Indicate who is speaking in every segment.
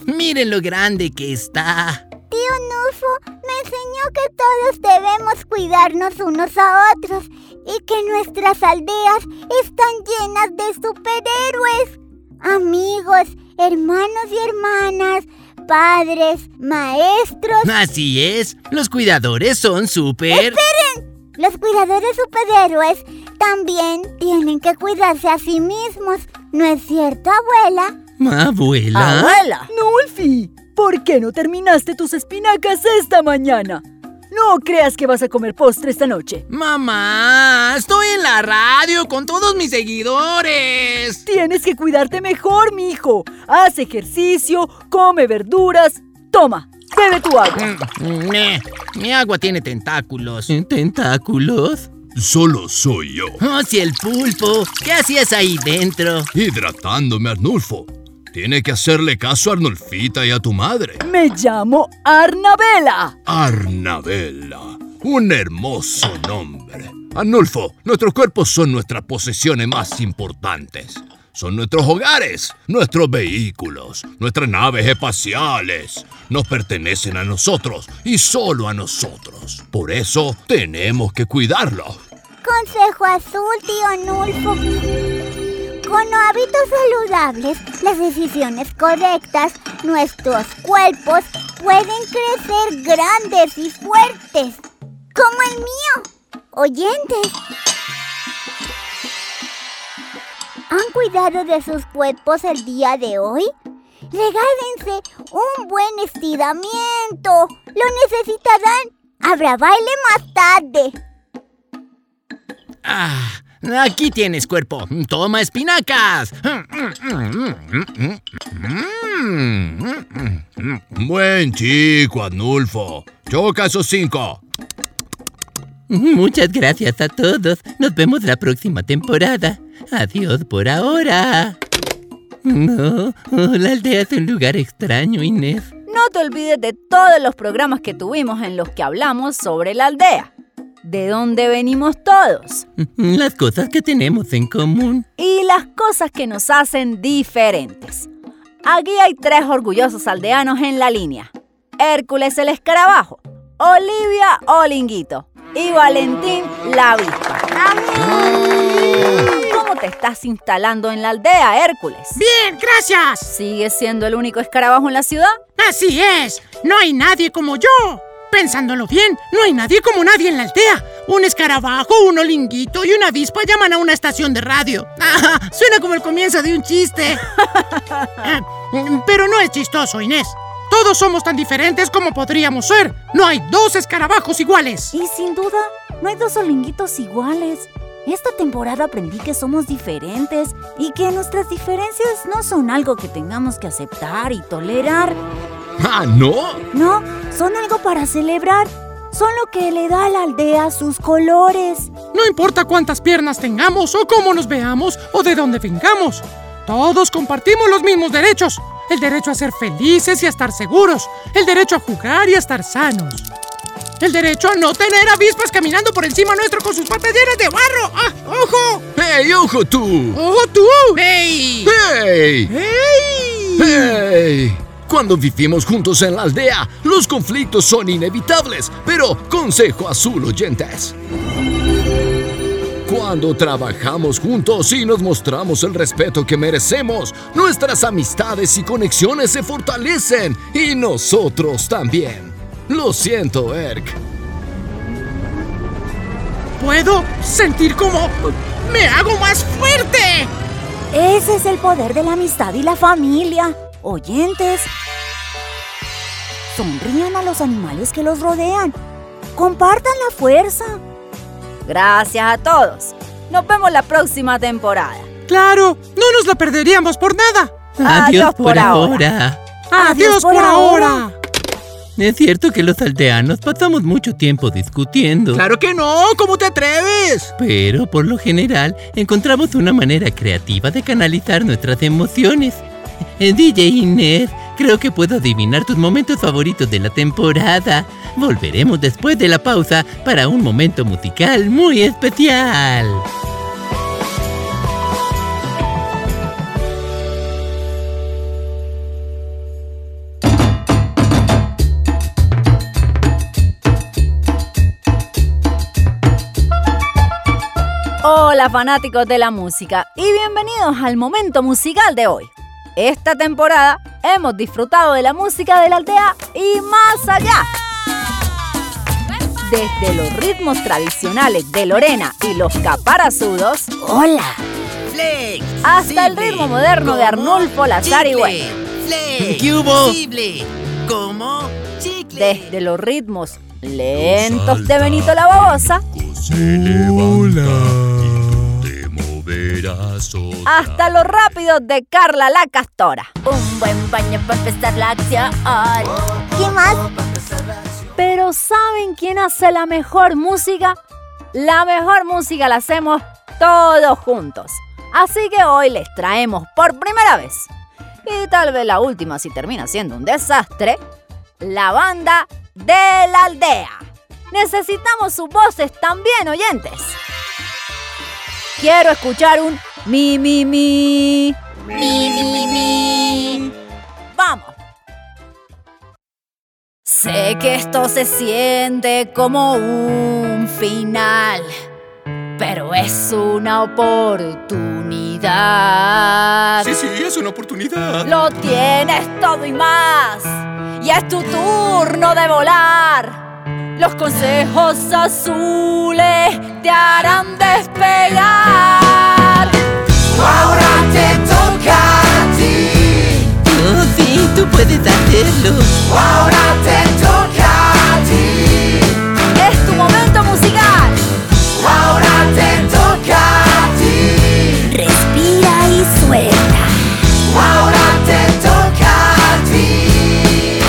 Speaker 1: Miren lo grande que está.
Speaker 2: Tío Nufo me enseñó que todos debemos cuidarnos unos a otros y que nuestras aldeas están llenas de superhéroes. Amigos, hermanos y hermanas, padres, maestros.
Speaker 1: Así es. Los cuidadores son súper...
Speaker 2: ¡Esperen! Los cuidadores superhéroes también tienen que cuidarse a sí mismos. ¿No es cierto, abuela?
Speaker 3: Ah,
Speaker 1: Abuela.
Speaker 3: ¡Abuela! Nulfi, ¿por qué no terminaste tus espinacas esta mañana? No creas que vas a comer postre esta noche.
Speaker 1: Mamá, estoy en la radio con todos mis seguidores.
Speaker 3: Tienes que cuidarte mejor, mi hijo. Haz ejercicio, come verduras. Toma, bebe tu agua.
Speaker 1: Mm, eh, mi agua tiene tentáculos.
Speaker 4: ¿Tentáculos?
Speaker 5: Solo soy yo.
Speaker 1: Oh, si el pulpo. ¿Qué hacías ahí dentro?
Speaker 5: Hidratándome, Arnulfo. Tiene que hacerle caso a Arnulfita y a tu madre.
Speaker 3: Me llamo Arnabela.
Speaker 5: Arnabella. Un hermoso nombre. Arnulfo, nuestros cuerpos son nuestras posesiones más importantes. Son nuestros hogares, nuestros vehículos, nuestras naves espaciales. Nos pertenecen a nosotros y solo a nosotros. Por eso tenemos que cuidarlos.
Speaker 2: Consejo azul, tío Nulfo. Con hábitos saludables, las decisiones correctas, nuestros cuerpos pueden crecer grandes y fuertes, como el mío. Oyentes, ¿han cuidado de sus cuerpos el día de hoy? Regálense un buen estiramiento. Lo necesitarán. Habrá baile más tarde.
Speaker 1: Ah, aquí tienes cuerpo. Toma espinacas. Mm, mm,
Speaker 5: Buen chico, Arnulfo. Choca esos cinco.
Speaker 4: Muchas gracias a todos. Nos vemos la próxima temporada. Adiós por ahora. No, oh, la aldea es un lugar extraño, Inés.
Speaker 3: No te olvides de todos los programas que tuvimos en los que hablamos sobre la aldea. De dónde venimos todos.
Speaker 4: Las cosas que tenemos en común.
Speaker 3: y las cosas que nos hacen diferentes. Aquí hay tres orgullosos aldeanos en la línea. Hércules el escarabajo, Olivia Olinguito y Valentín la avispa. ¿Cómo te estás instalando en la aldea, Hércules?
Speaker 2: Bien, gracias.
Speaker 3: ¿Sigues siendo el único escarabajo en la ciudad?
Speaker 2: Así es. No hay nadie como yo. Pensándolo bien, no hay nadie como nadie en la aldea.
Speaker 6: un escarabajo, un olinguito y una avispa llaman a una estación de radio. Ah, suena como el comienzo de un chiste. Ah, pero no es chistoso, Inés. Todos somos tan diferentes como podríamos ser. No hay dos escarabajos iguales.
Speaker 3: Y sin duda, no hay dos olinguitos iguales. Esta temporada aprendí que somos diferentes y que nuestras diferencias no son algo que tengamos que aceptar y tolerar.
Speaker 5: ¿Ah, no?
Speaker 3: No, son algo para celebrar. Son lo que le da a la aldea sus colores.
Speaker 6: No importa cuántas piernas tengamos o cómo nos veamos o de dónde vengamos. Todos compartimos los mismos derechos. El derecho a ser felices y a estar seguros. El derecho a jugar y a estar sanos. El derecho a no tener avispas caminando por encima nuestro con sus patas llenas de barro. ¡Ah, ¡Ojo!
Speaker 5: ¡Hey, ojo tú!
Speaker 6: ¡Ojo tú!
Speaker 7: ¡Ey!
Speaker 5: ¡Hey!
Speaker 6: ¡Ey!
Speaker 5: ¡Hey! Cuando vivimos juntos en la aldea, los conflictos son inevitables, pero consejo azul oyentes. Cuando trabajamos juntos y nos mostramos el respeto que merecemos, nuestras amistades y conexiones se fortalecen y nosotros también. Lo siento, Erk.
Speaker 6: Puedo sentir como me hago más fuerte.
Speaker 3: Ese es el poder de la amistad y la familia. Oyentes, sonrían a los animales que los rodean. Compartan la fuerza.
Speaker 8: Gracias a todos. Nos vemos la próxima temporada.
Speaker 6: Claro, no nos la perderíamos por nada.
Speaker 4: Adiós, Adiós por, por, ahora.
Speaker 6: ahora. Adiós, por, ahora. ahora.
Speaker 4: Es cierto que los aldeanos pasamos mucho tiempo discutiendo.
Speaker 6: Claro que no, ¿cómo te atreves?
Speaker 4: Pero por lo general encontramos una manera creativa de canalizar nuestras emociones. DJ Inés, creo que puedo adivinar tus momentos favoritos de la temporada. Volveremos después de la pausa para un momento musical muy especial.
Speaker 3: Hola fanáticos de la música y bienvenidos al momento musical de hoy. Esta temporada hemos disfrutado de la música de la aldea y más allá. Desde los ritmos tradicionales de Lorena y los caparazudos,
Speaker 9: hola,
Speaker 10: Flex,
Speaker 3: hasta el ritmo moderno de Arnulfo Lazarigüe.
Speaker 10: ¿Qué hubo? Como chicle.
Speaker 3: Desde los ritmos lentos de Benito la Babosa.
Speaker 11: Hola.
Speaker 3: Hasta los rápidos de Carla la Castora.
Speaker 12: Un buen baño para empezar la acción.
Speaker 9: ¿Quién más?
Speaker 3: Pero ¿saben quién hace la mejor música? La mejor música la hacemos todos juntos. Así que hoy les traemos por primera vez, y tal vez la última si termina siendo un desastre, la banda de la aldea. Necesitamos sus voces también, oyentes. Quiero escuchar un mi, mi, mi.
Speaker 12: Mi, mi, mi.
Speaker 3: Vamos. Sé que esto se siente como un final, pero es una oportunidad.
Speaker 5: Sí, sí, es una oportunidad.
Speaker 3: Lo tienes todo y más. Y es tu turno de volar. Los consejos azules te harán despegar.
Speaker 13: Ahora te toca a ti.
Speaker 4: Oh, sí, tú puedes hacerlo.
Speaker 13: Ahora te toca a ti.
Speaker 3: Es tu momento musical.
Speaker 13: Ahora te toca a ti.
Speaker 12: Respira y suelta.
Speaker 13: Ahora te toca a ti.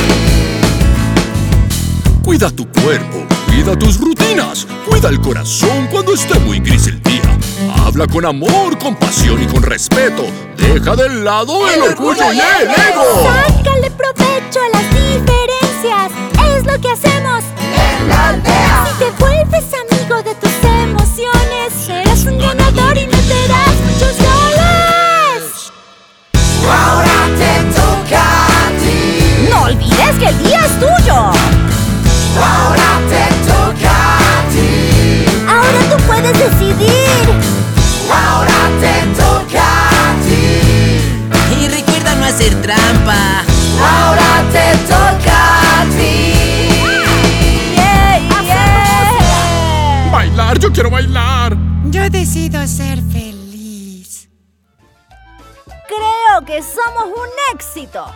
Speaker 11: Cuida tu cuerpo, cuida tus rutinas, cuida el corazón cuando esté muy gris el día. Habla con amor, con pasión y con respeto. Deja de lado el, el orgullo, orgullo y el ego.
Speaker 12: Sácale provecho a las diferencias. Es lo que hacemos
Speaker 13: en la aldea.
Speaker 12: Si te vuelves amigo de tus emociones, serás un ganador y meterás muchos goles.
Speaker 13: Ahora te toca a ti.
Speaker 8: No olvides que el día es tuyo.
Speaker 13: Ahora te toca a ti.
Speaker 12: Ahora tú puedes decidir.
Speaker 13: Ahora te toca a ti.
Speaker 7: Y recuerda no hacer trampa.
Speaker 13: Ahora te toca a ti.
Speaker 3: Yeah, yeah.
Speaker 6: decido ser feliz.
Speaker 3: Creo que somos un éxito.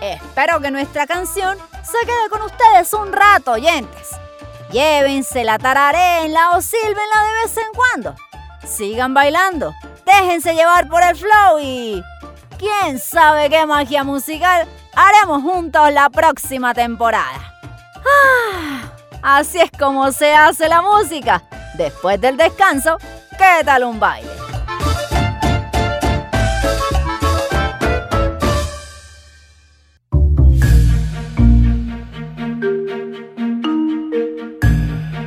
Speaker 3: Espero que nuestra canción se quede con ustedes un rato, oyentes. Llévensela, tararéenla o sílvenla de vez en cuando. Sigan bailando, déjense llevar por el flow y... ¿Quién sabe qué magia musical haremos juntos la próxima temporada? Ah, así es como se hace la música. Después del descanso, ¿qué tal un baile?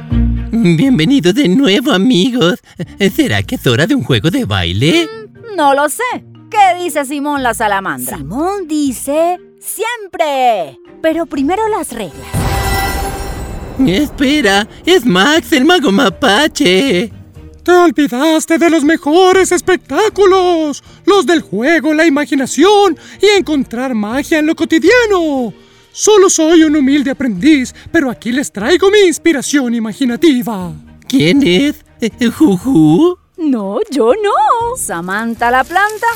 Speaker 4: Bienvenidos de nuevo, amigos. Eh, ¿Será que es hora de un juego de baile?
Speaker 3: No lo sé. ¿Qué dice Simón la salamandra?
Speaker 14: Simón dice siempre, pero primero las reglas.
Speaker 4: Espera, es Max, el mago mapache.
Speaker 15: Te olvidaste de los mejores espectáculos, los del juego, la imaginación y encontrar magia en lo cotidiano. Solo soy un humilde aprendiz, pero aquí les traigo mi inspiración imaginativa.
Speaker 4: ¿Quién es? ¿Juju?
Speaker 14: No, yo no.
Speaker 3: Samantha la planta.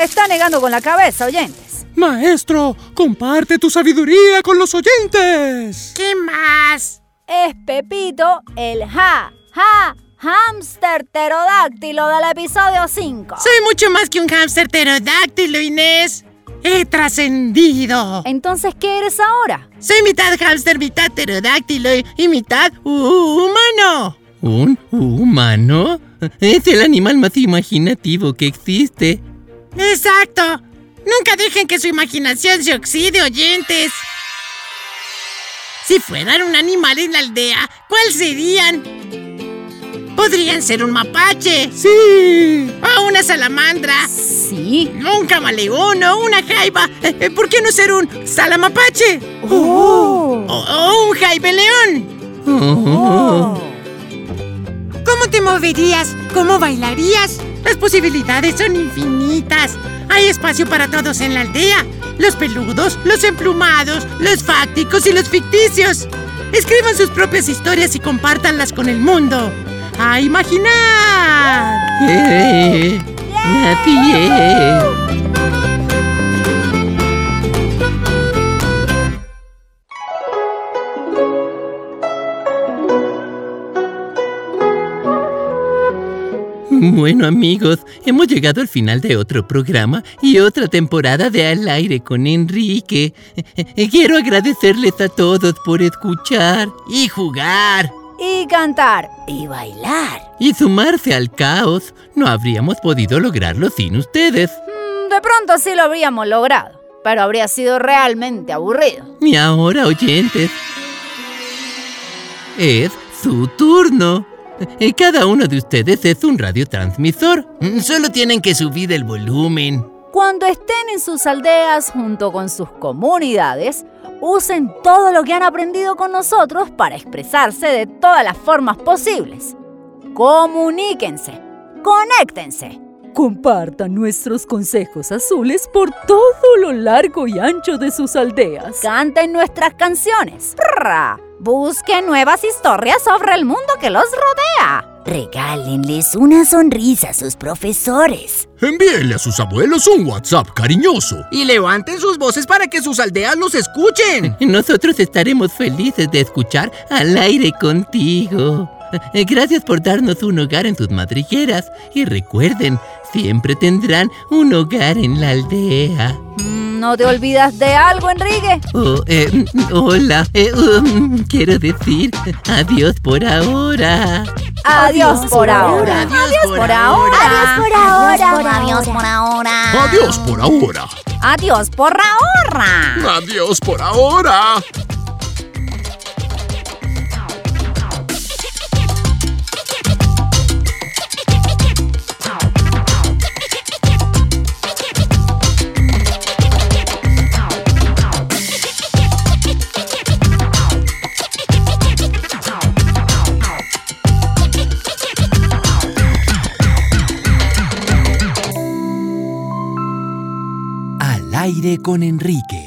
Speaker 3: Está negando con la cabeza, oyentes.
Speaker 15: Maestro, comparte tu sabiduría con los oyentes.
Speaker 6: ¿Qué más?
Speaker 3: Es Pepito el ja, ja, hamster pterodáctilo del episodio 5.
Speaker 6: Soy mucho más que un hamster pterodáctilo, Inés. ¡He trascendido!
Speaker 3: Entonces, ¿qué eres ahora?
Speaker 6: Soy mitad hámster, mitad pterodáctilo y mitad humano.
Speaker 4: ¿Un humano? Es el animal más imaginativo que existe.
Speaker 6: ¡Exacto! Nunca dejen que su imaginación se oxide, oyentes. Si fueran un animal en la aldea, ¿cuál serían? Podrían ser un mapache.
Speaker 15: Sí.
Speaker 6: O una salamandra.
Speaker 14: Sí.
Speaker 6: Un camaleón o una jaiba. Eh, ¿Por qué no ser un salamapache?
Speaker 14: Oh.
Speaker 6: O, o un jaibe león.
Speaker 4: Oh.
Speaker 6: ¿Cómo te moverías? ¿Cómo bailarías? Las posibilidades son infinitas. Hay espacio para todos en la aldea. Los peludos, los emplumados, los fácticos y los ficticios. Escriban sus propias historias y compártanlas con el mundo a imaginar.
Speaker 4: Eh, Nati, eh. Bueno amigos, hemos llegado al final de otro programa y otra temporada de Al aire con Enrique. Eh, Quiero agradecerles a todos por escuchar
Speaker 1: y jugar
Speaker 3: y cantar
Speaker 14: y bailar
Speaker 4: y sumarse al caos. No habríamos podido lograrlo sin ustedes.
Speaker 3: Mm, de pronto sí lo habríamos logrado, pero habría sido realmente aburrido.
Speaker 4: Y ahora, oyentes, es su turno. Eh, Cada uno de ustedes es un radiotransmisor.
Speaker 1: Mm, Solo tienen que subir el volumen.
Speaker 3: Cuando estén en sus aldeas junto con sus comunidades, usen todo lo que han aprendido con nosotros para expresarse de todas las formas posibles. Comuníquense, conéctense.
Speaker 14: Compartan nuestros consejos azules por todo lo largo y ancho de sus aldeas.
Speaker 3: Canten nuestras canciones. Prra.
Speaker 16: Busquen nuevas historias sobre el mundo que los rodea.
Speaker 14: Regálenles una sonrisa a sus profesores.
Speaker 7: Envíenle a sus abuelos un WhatsApp cariñoso.
Speaker 17: Y levanten sus voces para que sus aldeas los escuchen.
Speaker 4: Nosotros estaremos felices de escuchar al aire contigo. Gracias por darnos un hogar en sus madrigueras. Y recuerden, siempre tendrán un hogar en la aldea.
Speaker 3: Mm, ¿No te olvidas de algo, Enrique?
Speaker 4: Oh, eh, hola, eh, um, quiero decir adiós por ahora.
Speaker 3: Adiós por ahora.
Speaker 16: Adiós por ahora.
Speaker 2: Adiós por ahora.
Speaker 16: Adiós
Speaker 7: Adiós por
Speaker 16: por ahora.
Speaker 7: ahora.
Speaker 16: Adiós por ahora.
Speaker 7: Adiós por ahora.
Speaker 18: aire con Enrique.